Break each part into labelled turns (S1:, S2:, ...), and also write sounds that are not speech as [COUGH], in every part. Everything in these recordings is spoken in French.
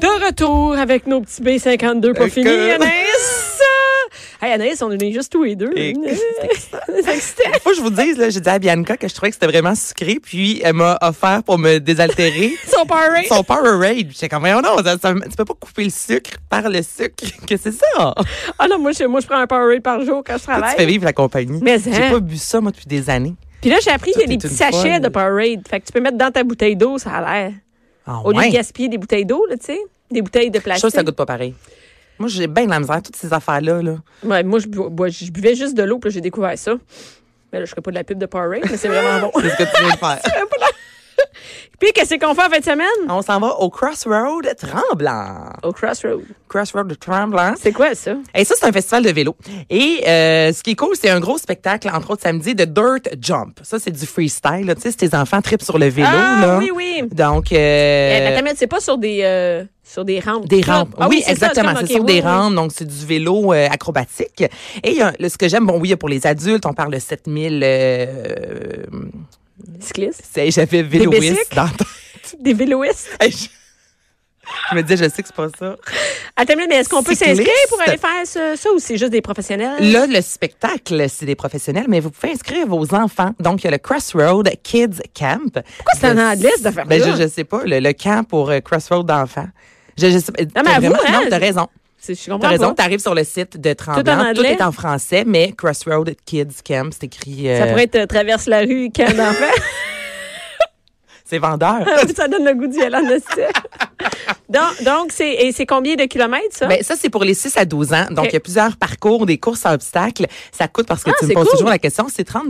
S1: De retour avec nos petits B52 pas
S2: Et
S1: finis,
S2: que- [LAUGHS]
S1: Anaïs! Hey Anaïs, on en est juste tous les deux.
S2: Et que-
S1: [LAUGHS] C'est excitant.
S2: [LAUGHS] Faut que je vous dise, là, j'ai dit à Bianca que je trouvais que c'était vraiment sucré, puis elle m'a offert pour
S1: [LAUGHS]
S2: me désaltérer
S1: Son Powerade.
S2: son Powerade. J'étais comme, voyons non, ça, ça- tu peux pas couper le sucre par le sucre. [LAUGHS] Que c'est ça?
S1: Ah non, moi je, moi, je prends un Powerade par jour quand je
S2: Tu fais
S1: travaille.
S2: vivre la compagnie.
S1: Mais,
S2: J'ai
S1: hein.
S2: pas bu ça, moi, depuis des années.
S1: Puis là, j'ai appris qu'il y a
S2: Tout
S1: des
S2: est
S1: petits
S2: une
S1: sachets
S2: folle.
S1: de Powerade. Fait que tu peux mettre dans ta bouteille d'eau, ça a l'air.
S2: Ah,
S1: Au lieu
S2: ouais.
S1: de gaspiller des bouteilles d'eau, là, tu sais, des bouteilles de
S2: Je suis
S1: plastique.
S2: sûre que ça goûte pas pareil. Moi, j'ai bien de la misère, toutes ces affaires-là. Là.
S1: Ouais, moi, je, bu- bois- je buvais juste de l'eau, puis là, j'ai découvert ça. Mais là, je ferai pas de la pub de Powerade, mais [LAUGHS] c'est
S2: [LAUGHS]
S1: vraiment bon.
S2: C'est ce que tu viens de
S1: [LAUGHS]
S2: faire.
S1: Puis, qu'est-ce qu'on fait en fin de semaine?
S2: On s'en va au Crossroad Tremblant.
S1: Au Crossroad.
S2: Crossroad Tremblant.
S1: C'est quoi ça?
S2: Et ça, c'est un festival de vélo. Et euh, ce qui est cool, c'est un gros spectacle, entre autres samedi, de Dirt Jump. Ça, c'est du freestyle. là. Tu sais, c'est tes enfants tripent sur le vélo.
S1: ah,
S2: là.
S1: oui, oui.
S2: Donc, euh,
S1: Eh, mais attends, mais c'est pas sur des, euh, sur des rampes.
S2: des rampes.
S1: Ah
S2: oui,
S1: c'est ça,
S2: exactement.
S1: comme,
S2: C'est
S1: ok,
S2: sur
S1: oui,
S2: des
S1: oui.
S2: rampes, donc c'est du vélo euh, acrobatique. Et il y a, là, ce que j'aime, bon, oui, il y a pour les adultes, on parle de 7000... Euh,
S1: Cyclistes.
S2: c'est- J'avais véloïste
S1: bicycles?
S2: dans ta-
S1: Des véloistes.
S2: Hey, je... [LAUGHS] je me disais, je sais que c'est pas ça.
S1: Attends, Ah, mais est-ce qu'on peut
S2: Cyclistes?
S1: s'inscrire pour aller faire ce- ça ou c'est juste des professionnels?
S2: Là, le spectacle, c'est des professionnels, mais vous pouvez inscrire vos enfants. Donc, il y a le Crossroad Kids Camp. Pourquoi
S1: c'est en anglais, cette affaire-là?
S2: Ben, je, je sais pas, le, le camp pour euh, Crossroad d'enfants. Je, je sais pas.
S1: mais avoue, hein,
S2: Non, t'as
S1: je-
S2: raison.
S1: C'est- je comprends
S2: T'as raison,
S1: pas.
S2: t'arrives sur le site de Tremblant.
S1: en
S2: Tout
S1: anglais?
S2: est en français, mais Crossroad Kids Camp, c'est écrit. euh,
S1: Ça pourrait être euh, traverse la rue, camp
S2: [LAUGHS]
S1: d'enfants.
S2: C'est vendeur.
S1: [LAUGHS] ça donne le goût d'y aller en esti. Donc, donc c'est, et c'est combien de kilomètres, ça?
S2: Ben, ça, c'est pour les 6 à 12 ans. Donc, il
S1: Ok.
S2: y a plusieurs parcours, des courses à obstacles. Ça coûte, parce que
S1: Ah,
S2: tu
S1: c'est
S2: me poses
S1: cool.
S2: toujours la question, c'est 30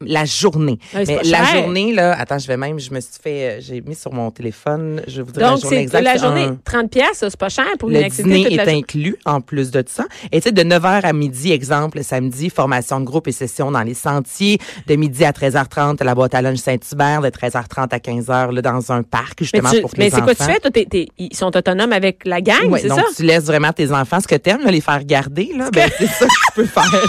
S2: la journée.
S1: Ah, c'est
S2: Mais
S1: pas
S2: la
S1: cher.
S2: journée, là, attends, je vais même, je me suis fait, euh, j'ai mis sur mon téléphone, je vous dirai
S1: donc,
S2: la journée
S1: c'est
S2: exacte.
S1: la
S2: c'est
S1: journée,
S2: un-
S1: 30 pièces, c'est pas cher pour une
S2: le
S1: activité
S2: dîner
S1: toute la
S2: est
S1: journée.
S2: inclus en plus de ça. Et tu sais, de 9h à midi, exemple, samedi, formation de groupe et session dans les sentiers. De midi à 13h30, à la boîte à lunch Saint-Hubert. De 13h30 à 15h, là, dans un parc,
S1: Mais,
S2: justement,
S1: tu-
S2: pour que
S1: mais
S2: les
S1: c'est quoi tu
S2: enfants-
S1: fais? Toi, t'es- t'es- ils sont autonomes avec la gang,
S2: Ouais,
S1: c'est
S2: donc
S1: ça?
S2: [LAUGHS] tu laisses vraiment tes enfants ce que t'aimes, là, les faire garder, là, ben, c'est ça que tu
S1: [LAUGHS]
S2: peux faire.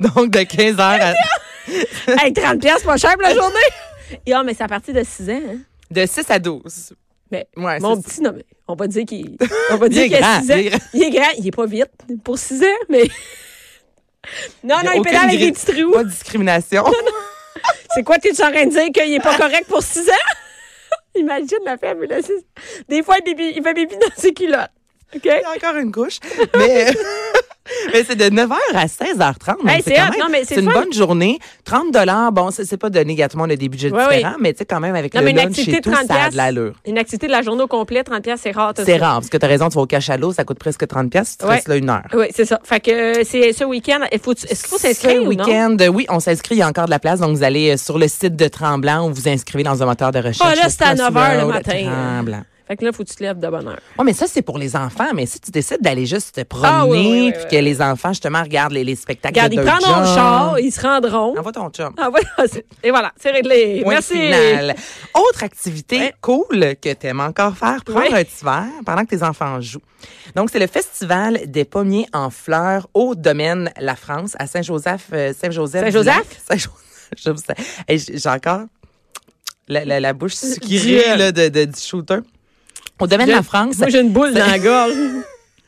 S2: Donc de 15h à
S1: Hey, 30 pièces, pas cher pour la
S2: [LAUGHS]
S1: journée. Et ah, mais c'est à partir de 6 ans. Hein?
S2: de 6 à 12.
S1: Mais
S2: Ouais,
S1: mon
S2: Ah, c'est
S1: petit, non, mais on va dire qu'il on va dire
S2: est
S1: qu'il a
S2: grand,
S1: 6 ans.
S2: il est grand.
S1: Il est grand, il est pas vite pour 6 ans, mais [LAUGHS] Non, non, il
S2: Aucune
S1: pédale avec
S2: gri-
S1: des petits trous.
S2: Pas de discrimination.
S1: C'est quoi tu es en train de dire qu'il est pas correct pour 6 ans [LAUGHS] Imagine la femme là, c'est- des fois il, bibi- il fait bibi dans ses culottes. OK
S2: Il y a [LAUGHS] encore une couche. Mais, [LAUGHS] mais c'est de 9h à 16h30. donc
S1: Hey, c'est
S2: c'est quand
S1: hot.
S2: même-
S1: Non, mais c'est
S2: c'est
S1: le
S2: une
S1: fun.
S2: bonne journée. 30 Bon, c'est c'est pas donné à tout le monde a des budgets
S1: Ouais,
S2: différents, mais tu sais, quand même, avec
S1: Non,
S2: le
S1: mais une
S2: lunch
S1: activité
S2: et
S1: de
S2: tout,
S1: 30
S2: ça a de l'allure.
S1: Une activité de la journée au complet, 30 pièces, c'est rare. t'as
S2: C'est
S1: ça.
S2: rare, parce que t'as raison, tu vas au cachalot, ça coûte presque 30 pièces, tu
S1: Ouais.
S2: restes là une heure.
S1: Oui, c'est ça. Fait que euh, c'est ce week-end. il faut- Est-ce qu'il faut s'inscrire
S2: Ce
S1: ou non?
S2: week-end, euh, oui, on s'inscrit. Il y a encore de la place. Donc, vous allez euh, sur le site de Tremblant ou vous inscrivez dans un moteur de recherche.
S1: Ah, là, c'est à 9 heures le
S2: Crossroad
S1: matin.
S2: Tremblant.
S1: Fait que là, faut que tu te lèves de bonne heure.
S2: Oui, mais ça, c'est pour les enfants. Mais si tu décides d'aller juste te promener
S1: Ah, oui, oui, oui,
S2: puis
S1: oui,
S2: que les enfants, justement, regardent les, les spectacles
S1: Regarde,
S2: de
S1: ils
S2: Dirk
S1: prendront le
S2: John.
S1: char, ils se rendront.
S2: Envoie ton chum.
S1: Ah, voilà, [LAUGHS] c'est- et voilà, c'est réglé.
S2: Point
S1: Merci.
S2: final. Autre activité
S1: Ouais.
S2: cool que tu aimes encore faire, prendre
S1: Ouais.
S2: un petit verre pendant que tes enfants jouent. Donc, c'est le Festival des pommiers en fleurs au domaine La France à Saint-Joseph. euh, Saint-Joseph.
S1: Saint-Joseph?
S2: Saint-Joseph. [LAUGHS] J'ai encore la, la- la bouche
S1: Dieu.
S2: sucrée là, de, de- du shooter. Au domaine
S1: Euh, Je-
S2: La France.
S1: Moi, j'ai une boule dans la gorge.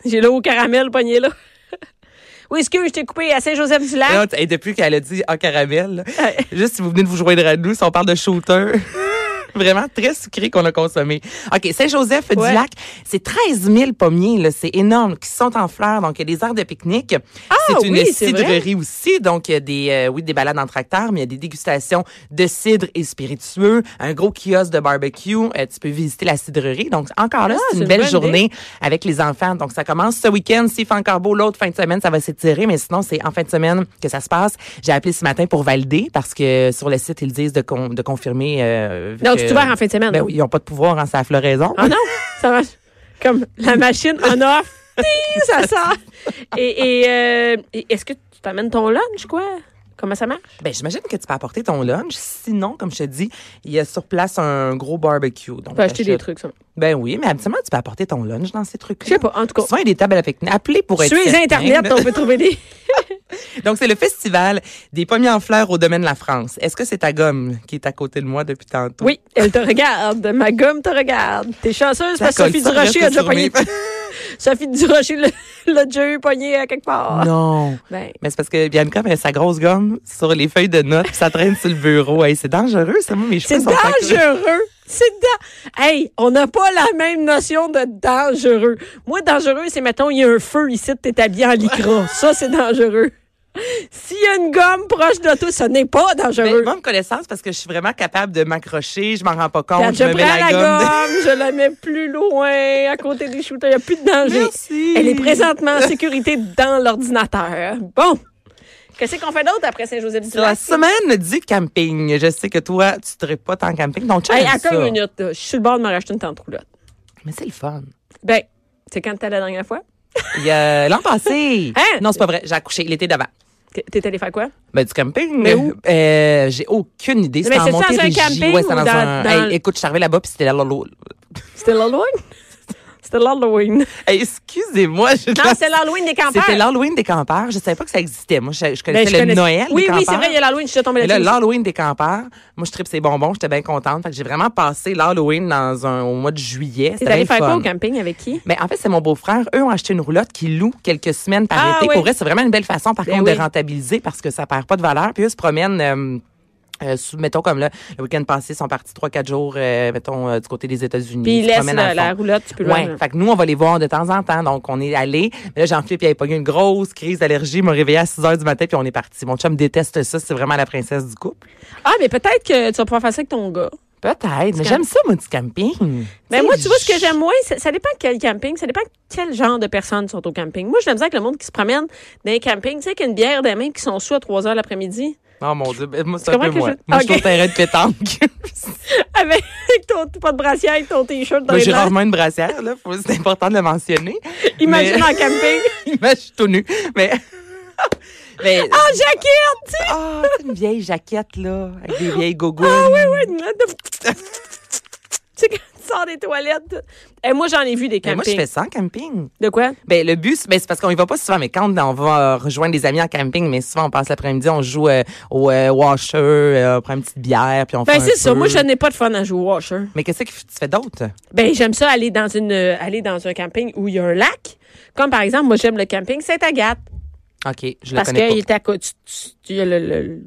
S1: J'ai l'eau au caramel pognée là. [LAUGHS] Oui, excuse, je t'ai coupé à Saint-Joseph-du-Lac.
S2: Et depuis qu'elle a dit en caramel, là, juste si vous venez de vous joindre à nous, si on parle de shooter. [LAUGHS] Vraiment très sucré qu'on a consommé. OK,
S1: Ouais.
S2: Saint-Joseph-du-Lac, c'est 13 000 pommiers, là, c'est énorme, qui sont en fleurs, donc il y a des aires de pique-nique. c'est une
S1: Ah oui, c'est vrai.
S2: cidrerie aussi, donc il y a des, euh, oui, des balades en tracteur, mais il y a des dégustations de cidre et spiritueux, un gros kiosque de barbecue, euh, tu peux visiter la cidrerie. Donc encore là,
S1: Ah, c'est
S2: c'est une
S1: une
S2: belle
S1: bonne
S2: journée [LAUGHS] avec les enfants. Donc, ça commence ce week-end. S'il fait encore beau, l'autre fin de semaine, ça va s'étirer. Mais sinon, c'est en fin de semaine que ça se passe. J'ai appelé ce matin pour valider parce que sur le site, ils disent de, con- de confirmer. euh, vu
S1: Donc,
S2: que-
S1: c'est ouvert en fin de semaine.
S2: Ben oui, ils n'ont pas de pouvoir en sa floraison.
S1: Ah non, ça marche. comme la machine en off. [LAUGHS] Ting, ça sort. Et, et, euh, et est-ce que tu t'amènes ton lunch, quoi? Comment ça marche?
S2: Ben, j'imagine que tu peux apporter ton lunch. Sinon, comme je te dis, il y a sur place un gros barbecue. Donc,
S1: Tu peux acheter des
S2: t'achètes-
S1: trucs, ça.
S2: Ben oui, mais habituellement, tu peux apporter ton lunch dans ces trucs-là.
S1: Je sais pas, en tout cas.
S2: Souvent, il y a des tables avec. Appelez pour être.
S1: Sur les
S2: certain,
S1: Internet,
S2: là.
S1: on peut trouver
S2: [LAUGHS]
S1: des.
S2: Donc, c'est le festival des pommiers en fleurs au domaine de la France. Est-ce que c'est ta gomme qui est à côté de moi depuis tantôt?
S1: Oui, elle te regarde. Ma gomme te regarde. T'es chanceuse
S2: Ça
S1: parce que
S2: colle,
S1: Sophie
S2: ça reste
S1: Durocher a déjà
S2: sur mes-
S1: pogné. Sophie Durocher l'a- [LAUGHS] l'a déjà eu pogné à quelque part.
S2: [LAUGHS] Non.
S1: Ben,
S2: Mais c'est parce que Bianca met sa grosse gomme sur les feuilles de notes, puis ça traîne sur le bureau. Hey, c'est dangereux, ça, moi, mes cheveux
S1: c'est
S2: sont taclés.
S1: dangereux. C'est da... Hey, on n'a pas la même notion de dangereux. Moi, dangereux, c'est mettons, il y a un feu ici, t'es habillé en lycra. Ça, c'est dangereux. S'il y a une gomme proche de toi, ce n'est pas dangereux.
S2: Mais bonne connaissance parce que je suis vraiment capable de m'accrocher, je m'en rends pas
S1: Regarde,
S2: compte,
S1: je
S2: je me
S1: prends
S2: mets
S1: la
S2: la
S1: gomme,
S2: gomme.
S1: je la mets plus loin, à côté des shooters, il n'y a plus de danger.
S2: [LAUGHS] Merci.
S1: Elle est présentement en sécurité dans l'ordinateur. Bon. Qu'est-ce qu'on fait d'autre après
S2: Sur la
S1: Saint-Joseph-du-Lac?
S2: semaine du camping, je sais que toi, tu ne pas tant camping. Donc, tu
S1: Hey,
S2: aimes
S1: attends
S2: ça.
S1: une minute. là. Je suis sur le bord de me racheter une tente roulotte.
S2: Mais c'est le fun.
S1: Ben, c'est quand t'es allé la dernière fois?
S2: Il y a- L'an passé.
S1: Hein?
S2: Non, c'est pas vrai. J'ai accouché l'été d'avant.
S1: T'es- T'es allé faire quoi?
S2: Ben, du camping.
S1: Mais où?
S2: Euh, j'ai aucune idée.
S1: Mais
S2: C'était en
S1: c'est-tu dans un
S2: Montérégie.
S1: camping
S2: ouais, c'était
S1: ou
S2: dans,
S1: dans-
S2: un...
S1: dans-
S2: Hey, écoute, je suis arrivée là-bas puis c'était l'Halloween.
S1: C'était l'Halloween? [LAUGHS] C'était l'Halloween.
S2: Hey, excusez-moi. je-
S1: Non, c'est l'Halloween des campeurs.
S2: C'était l'Halloween des campeurs. Je savais pas que ça existait. Moi, je,
S1: Ben,
S2: je connaissais
S1: je
S2: le
S1: connais-
S2: Noël
S1: Oui,
S2: des campeurs.
S1: oui, c'est vrai, il y a l'Halloween. Je suis tombée
S2: Mais là,
S1: là-dessus.
S2: l'Halloween des campeurs, moi, je tripe ces bonbons, j'étais bien contente. Fait que j'ai vraiment passé l'Halloween dans un, au mois de juillet.
S1: T'es
S2: C'était
S1: allé
S2: bien
S1: faire quoi
S2: fun.
S1: au camping avec qui?
S2: Mais Ben, en fait, c'est mon beau-frère. Eux ont acheté une roulotte qu'ils louent quelques semaines par
S1: Ah
S2: été.
S1: oui.
S2: Pour vrai, c'est vraiment une belle façon, par
S1: Ben
S2: contre,
S1: oui.
S2: de rentabiliser parce que ça perd pas de valeur. Puis eux se promènent. euh, euh, sous- mettons comme là, le week-end passé, ils sont partis 3-4 jours, euh, mettons, euh, du côté des États-Unis.
S1: Puis
S2: Ils
S1: il
S2: se
S1: laisse
S2: promènent
S1: la,
S2: à
S1: la
S2: fond.
S1: roulotte, tu peux le
S2: Ouais, fait que nous, on va les voir de temps en temps. Donc, on est allés. Mais là, Jean-Philippe, il avait pas eu une grosse crise d'allergie. Il m'a réveillé à 6 heures du matin, puis on est parti. Mon chum déteste ça. C'est vraiment la princesse du couple.
S1: Ah, mais peut-être que tu vas pouvoir faire ça avec ton gars.
S2: Peut-être. Mais
S1: camp-
S2: j'aime ça, mon petit camping.
S1: Mais
S2: Tu sais,
S1: Ben, moi, tu vois, ce que
S2: je-
S1: j'aime moins, ça, ça dépend quel camping, ça dépend quel genre de personnes sont au camping. Moi, j'aime ça avec le monde qui se promène dans les campings, tu sais, avec une bière des mains qui sont sous à 3 heures l'après-midi.
S2: Oh mon Dieu. Ben, Moi, c'est
S1: Tu
S2: un peu
S1: comprends
S2: moi.
S1: que je-
S2: Moi, je suis
S1: Ok.
S2: au terrain de
S1: [LAUGHS]
S2: pétanque.
S1: Avec [LAUGHS] ton, pas de brassière, avec ton t-shirt dans
S2: Moi,
S1: les
S2: j'ai
S1: mains.
S2: rarement une brassière, là. Faut- C'est important de le mentionner.
S1: Imagine en
S2: [LAUGHS]
S1: camping.
S2: Mais... Moi, je suis tout nu. Mais. [LAUGHS] mais...
S1: Ah, jaquette! tu sais.
S2: Ah, c'est une vieille jaquette, là, avec des vieilles gougounes.
S1: Ouais, une lettre de- [LAUGHS] Tu sais, quand tu sors des toilettes. Et moi, j'en ai vu des
S2: Mais moi, je
S1: campings.
S2: fais ça en camping.
S1: de quoi?
S2: Ben, le bus, ben, c'est parce qu'on y va pas souvent, mais quand on va euh, rejoindre des amis en camping, mais souvent, on passe l'après-midi, on joue euh, au euh, washer, euh, on prend une petite bière, puis on fait
S1: Ben,
S2: un
S1: c'est ça.
S2: feu.
S1: Moi, je n'ai pas de fun à jouer au washer.
S2: Mais qu'est-ce que tu fais d'autre?
S1: Ben j'aime ça aller dans une euh, aller dans un camping où il y a un lac. Comme par exemple, moi j'aime le camping Sainte-Agathe
S2: OK, je le
S1: parce
S2: connais
S1: qu'il
S2: pas.
S1: est à côté tu- tu- il y a le, le- le-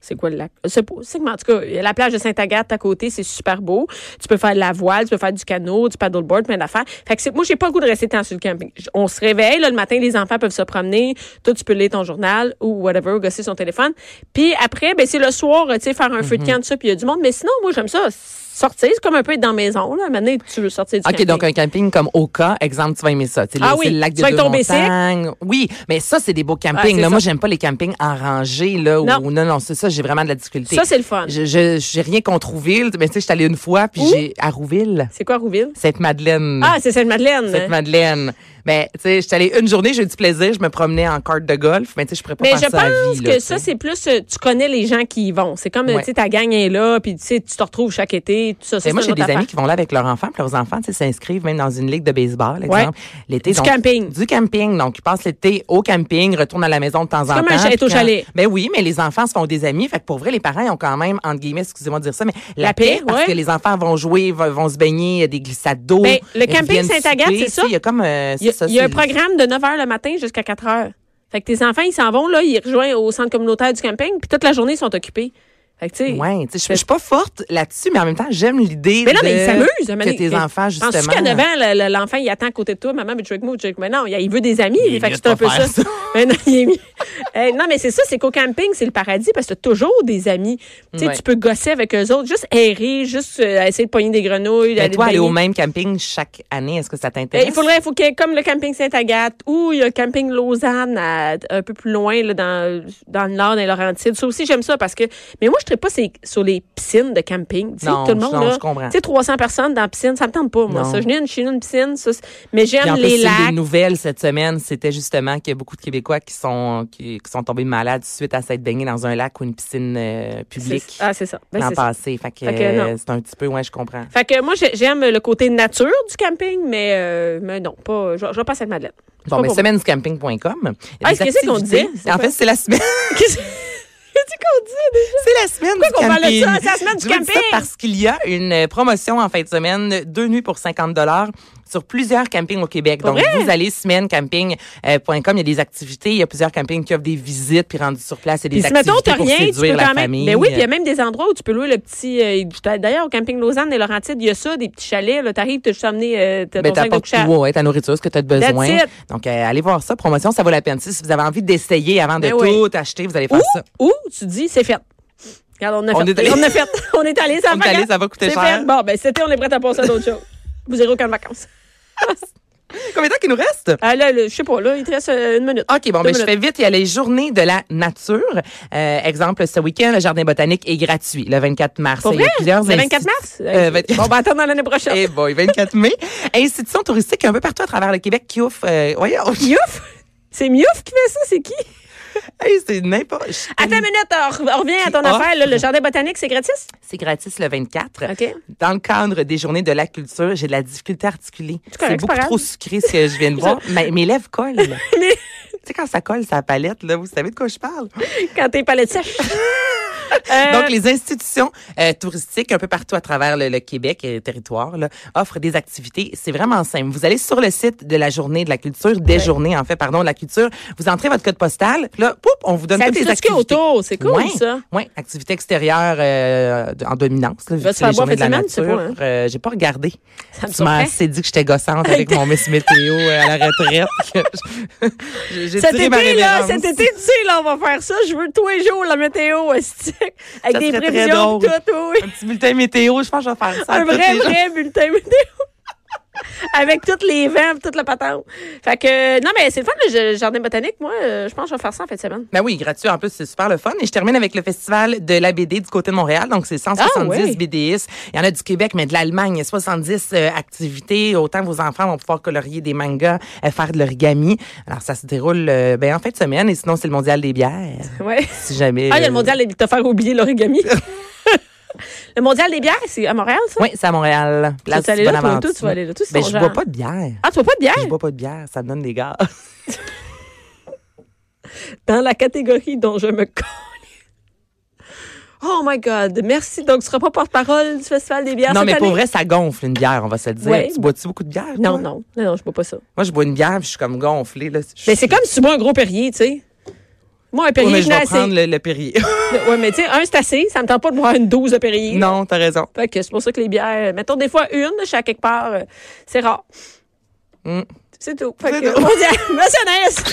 S1: c'est quoi le lac Je sais pas, c'est que mais en tout cas, il y a la plage de Sainte-Agathe à côté, c'est super beau. Tu peux faire de la voile, tu peux faire du canot, du paddleboard, plein d'affaires. Fait que c'est- moi j'ai pas le goût de rester tant sur le camping. J- On se réveille là, le matin, les enfants peuvent se promener, toi tu peux lire ton journal ou whatever, ou gosser son téléphone. Puis après ben c'est le soir, euh, tu sais faire un feu de
S2: Mm-hmm.
S1: camp de ça puis il y a du monde, mais sinon moi j'aime ça sortir, c'est comme un peu être dans la maison là, maintenant tu veux sortir du
S2: OK,
S1: camping.
S2: donc un camping comme Oka, exemple, tu vas aimer ça. Tu sais,
S1: Ah
S2: le-
S1: oui,
S2: c'est le lac
S1: tu
S2: des
S1: vas avec
S2: deux
S1: ton bicycle.
S2: montagnes. Oui, mais ça, c'est des beaux campings.
S1: Ouais, c'est
S2: là, moi,
S1: ça.
S2: j'aime pas les campings en rangée. Là, où-
S1: Non.
S2: non. non, c'est ça, j'ai vraiment de la difficulté.
S1: Ça, c'est le fun.
S2: Je- je- J'ai rien contre Rouville, mais tu sais, je suis allée une fois, puis
S1: Où?
S2: j'ai à Rouville,
S1: C'est quoi Rouville?
S2: Sainte-Madeleine.
S1: Ah, c'est Sainte-Madeleine.
S2: Sainte-Madeleine. Ben, tu sais, je suis allée une journée, j'ai eu du plaisir, je me promenais en carte de golf, mais tu sais, je pourrais pas
S1: Mais
S2: faire
S1: je
S2: ça à
S1: pense
S2: vie,
S1: que
S2: là, tu
S1: ça,
S2: sais.
S1: c'est plus, euh, tu connais les gens qui y vont. C'est comme, euh,
S2: Ouais.
S1: tu sais, ta gang est là, puis tu sais, tu te retrouves chaque été, tout ça. ça
S2: Mais moi,
S1: c'est
S2: j'ai
S1: une
S2: des
S1: autre
S2: amis
S1: affaire.
S2: qui vont là avec leurs enfants, puis leurs enfants tu sais, s'inscrivent même dans une ligue de baseball, par
S1: Ouais.
S2: exemple. L'été,
S1: Du
S2: donc,
S1: camping.
S2: Du camping. Donc, ils passent l'été au camping, retournent à la maison de temps en temps.
S1: comme un chalet
S2: puis
S1: au
S2: quand-
S1: chalet.
S2: Ben oui, mais les enfants se font des amis. Fait que pour vrai, les parents ils ont quand même, entre guillemets, excusez-moi de dire ça, mais la,
S1: La
S2: paix,
S1: paix,
S2: parce
S1: ouais.
S2: que les enfants vont jouer, vont, vont se baigner, il y a des glissades d'eau.
S1: Ben, le
S2: ils
S1: camping
S2: viennent
S1: Sainte-Agathe,
S2: souper,
S1: c'est
S2: tu
S1: ça?
S2: sais, Il y a comme, euh, c'est
S1: Il y a,
S2: ça,
S1: il y a un
S2: c'est-
S1: programme de 9 h le matin jusqu'à 4 h. Fait que tes enfants, ils s'en vont, là, ils rejoignent au centre communautaire du camping, puis toute la journée, ils sont occupés. Fait que, tu sais.
S2: Ouais, tu sais, je je suis pas forte là-dessus, mais en même temps, j'aime l'idée
S1: Mais non,
S2: de-
S1: mais ils s'amusent. à un moment
S2: que
S1: donné.
S2: tes enfants, justement.
S1: Penses-tu qu'à 9 ans, le- le- l'enfant, il attend à côté de toi, maman, mais tu joues avec moi, tu joues avec moi. Non, il il veut des amis.
S2: Il est
S1: fait que
S2: mieux
S1: c'est un
S2: de
S1: peu
S2: pas
S1: ça.
S2: faire ça.
S1: [LAUGHS] Mais non, il est mieux. Euh, non, mais c'est ça, c'est qu'au camping, c'est le paradis parce que t'as toujours des amis. Tu sais,
S2: Ouais.
S1: tu peux gosser avec eux autres, juste errer, juste euh, essayer de pogner des grenouilles.
S2: Ben,
S1: d'aller
S2: toi,
S1: te
S2: aller au
S1: baigner.
S2: même camping chaque année, est-ce que ça
S1: Euh,
S2: t'intéresse?
S1: Il faudrait, il faut qu'il y ait comme le camping Sainte-Agathe ou il y a le camping Lausanne à- un peu plus loin, là, dans, dans le nord des Laurentides. Ça aussi, j'aime ça parce que. Mais moi, je marcherai pas c'est sur les piscines de camping. Tu sais,
S2: Non,
S1: tout le monde,
S2: non,
S1: là,
S2: je comprends.
S1: Tu sais, 300 personnes dans la piscine, ça me tente pas, moi.
S2: Non.
S1: Ça, je n'ai une, je suis une piscine, ça, c'est- mais
S2: Puis
S1: j'aime
S2: en
S1: les
S2: plus, une des
S1: lacs.
S2: nouvelles cette semaine, c'était justement qu'il y a beaucoup de Québécois qui sont qui, qui sont tombés malades suite à s'être baignés dans un lac ou une piscine euh, publique
S1: C'est- Ah, c'est ça. Ben,
S2: l'an
S1: c'est ça.
S2: passé. Fait que,
S1: Fait que non.
S2: euh, c'est un petit peu, ouais, je comprends.
S1: Fait que moi, j'ai- j'aime le côté nature du camping, mais, euh, mais non, pas. Je, je vais pas à Sainte-Madeleine. C'est
S2: Bon,
S1: pas
S2: ben, mais
S1: pour
S2: semainedcamping.com.
S1: Ah, qu'est-ce qu'on disait?
S2: En fait, c'est la semaine.
S1: moi. Qu'est-ce [LAUGHS] qu'est-ce qu'on dit déjà?
S2: C'est la semaine
S1: qu'on
S2: du
S1: parle de
S2: camping.
S1: ça? C'est la semaine du
S2: Je vous dis ça
S1: camping.
S2: parce qu'il y a une euh, promotion en fin de semaine, deux nuits pour 50 dollars sur plusieurs campings au Québec.
S1: Pour
S2: Donc,
S1: vrai?
S2: vous allez semaine-camping.com, il y a des activités, il y a plusieurs campings qui offrent des visites, puis rendus sur place, il y a
S1: Puis
S2: des
S1: si mettons,
S2: activités
S1: t'as
S2: pour
S1: rien, tu
S2: séduire
S1: peux
S2: la
S1: quand même.
S2: famille.
S1: Ben oui, puis il y a même des endroits où tu peux louer le petit. euh, j'étais- D'ailleurs, au camping Lausanne et Laurentides, il y a ça, des petits chalets. Là, t'arrives, t'as juste amené euh, t'as
S2: Ben,
S1: ton sac de
S2: t'apportes
S1: couchage.
S2: tout, ouais, ta nourriture, ce que tu as besoin.
S1: That's it.
S2: Donc, euh, allez voir ça. Promotion, ça vaut la peine. Si vous avez envie d'essayer avant de
S1: Ben oui.
S2: tout acheter, vous allez faire
S1: Ou,
S2: ça.
S1: ou tu dis, c'est fait. Regarde, on a
S2: On
S1: fait.
S2: est allé-
S1: on a fait. [LAUGHS] On est allé, ça
S2: On
S1: va.
S2: est allé,
S1: regarde.
S2: ça va coûter
S1: C'est
S2: cher.
S1: fait. Bon, ben, c'était, on est prêt à passer à d'autres choses. Vous irez au camp de vacances.
S2: Combien de temps qu'il nous reste?
S1: Ah, là, là, je sais pas, là, il te reste euh, une minute.
S2: OK, bon,
S1: Deux
S2: ben, je
S1: minutes.
S2: fais vite. Il y a les journées de la nature. Euh, exemple, ce week-end, le jardin botanique est gratuit. Le 24 mars,
S1: Pour
S2: il y a
S1: vrai?
S2: plusieurs
S1: Le 24
S2: instituts-
S1: mars?
S2: Euh, vingt-
S1: Bon, ben, attends dans l'année prochaine.
S2: Eh boy,
S1: [LAUGHS]
S2: 24 mai. Institutions touristiques un peu partout à travers le Québec qui offrent... euh, voyons,
S1: Miouf? C'est Miouf qui fait ça? C'est qui?
S2: [LAUGHS] hey, c'est n'importe... je-
S1: Attends une minute, on re- on revient à ton
S2: Qui
S1: affaire. là,
S2: offre?
S1: le jardin botanique, c'est gratis? [LAUGHS]
S2: C'est gratis le 24.
S1: OK.
S2: Dans le cadre des journées de la culture, j'ai de la difficulté à articuler.
S1: correct,
S2: C'est
S1: c'est pas
S2: beaucoup
S1: grave.
S2: trop sucré ce que je
S1: [LAUGHS]
S2: viens de voir. Mais mes lèvres collent. là.
S1: Mais-
S2: tu sais, quand ça colle sa palette, là, vous savez de quoi
S1: [LAUGHS]
S2: je parle.
S1: Quand t'es palette sèche. Euh,
S2: Donc, les institutions euh, touristiques un peu partout à travers le, le Québec et le territoire là, offrent des activités. C'est vraiment simple. Vous allez sur le site de la journée de la culture, des journées, en fait, pardon, de la culture. Vous entrez votre code postal. puis Là, poup, on vous donne
S1: Ça
S2: toutes
S1: dit
S2: les
S1: tout ce qu'il y a
S2: activités.
S1: autour. C'est cool,
S2: Ouais,
S1: ça.
S2: ouais. activité extérieure euh, de- en dominance. Là, vu
S1: Va
S2: que
S1: se
S2: c'est
S1: faire
S2: les
S1: boire
S2: journées de la
S1: cette
S2: nature.
S1: semaine, tu sais pas, hein? Ah,
S2: Euh, J'ai pas regardé.
S1: Ça me
S2: tu m'as
S1: surprend.
S2: assez dit que j'étais gossante
S1: [LAUGHS]
S2: avec mon Miss Météo euh, à la retraite. [LAUGHS] que je- J'ai
S1: Cet
S2: tiré ma
S1: été, là,
S2: révérence.
S1: cet été, tu sais, là, on va faire ça. Je veux tous les jours la météo, esti, avec
S2: Ça
S1: des
S2: serait très
S1: prévisions pis
S2: drôle.
S1: tout, oui.
S2: Un petit bulletin météo, je pense que je vais faire ça. à
S1: Un
S2: tous
S1: vrai,
S2: les gens.
S1: vrai bulletin météo. [LAUGHS] avec tous les vents pis toute la patente. Fait que, euh, non, mais c'est le fun, le jardin botanique. Moi, euh, je pense que je vais faire ça en fin de semaine.
S2: Ben oui, gratuit. En plus, c'est super le fun. Et je termine avec le festival de la BD du côté de Montréal. Donc, c'est 170
S1: Ah, ouais.
S2: BDistes. Il y en a du Québec, mais de l'Allemagne. Il y a 70 euh, activités. Autant vos enfants vont pouvoir colorier des mangas, euh, faire de l'origami. Alors, ça se déroule euh, ben, en fin de semaine. Et sinon, c'est le mondial des bières.
S1: Ouais.
S2: Si jamais.
S1: Ah, il y a
S2: euh,
S1: le mondial de te faire oublier l'origami.
S2: [LAUGHS]
S1: le mondial des bières, c'est à Montréal, ça?
S2: Oui, c'est à Montréal. Place
S1: tu vas aller là, toi,
S2: Bonaventure.
S1: toi, tu vas aller là, toi, c'est
S2: Ben,
S1: ton
S2: je bois
S1: genre.
S2: pas de bière.
S1: Ah, tu vois pas de
S2: Je
S1: bière?
S2: bois pas de bière. Ça me donne des gars.
S1: Dans la catégorie dont je me colle. Oh my God. Merci. Donc, tu seras pas porte-parole du Festival des bières
S2: non,
S1: cette
S2: mais
S1: année?
S2: pour vrai, ça gonfle une bière, on va se le dire.
S1: Ouais. ben-
S2: Tu bois-tu beaucoup de bière?
S1: Non,
S2: toi?
S1: non. Non, non, je bois pas ça.
S2: Moi, je bois une bière, puis je suis comme gonflée. Là.
S1: Mais Ben, c'est comme si tu bois un gros Perrier, tu sais. Moi, un
S2: Ouais, mais
S1: Perrier,
S2: je
S1: je n'ai
S2: vais
S1: assez.
S2: prendre le, le Perrier.
S1: Ouais, mais tu sais, un, c'est assez. Ça me tente pas de boire une douze de Perrier.
S2: non, t'as raison.
S1: Fait que c'est pour ça que les bières, euh, mettons des fois une, je suis à quelque part, euh, c'est rare.
S2: Mm.
S1: C'est tout. Fait
S2: C'est
S1: que,
S2: tout.
S1: Mondial- [LAUGHS] Monsieur Anaïs!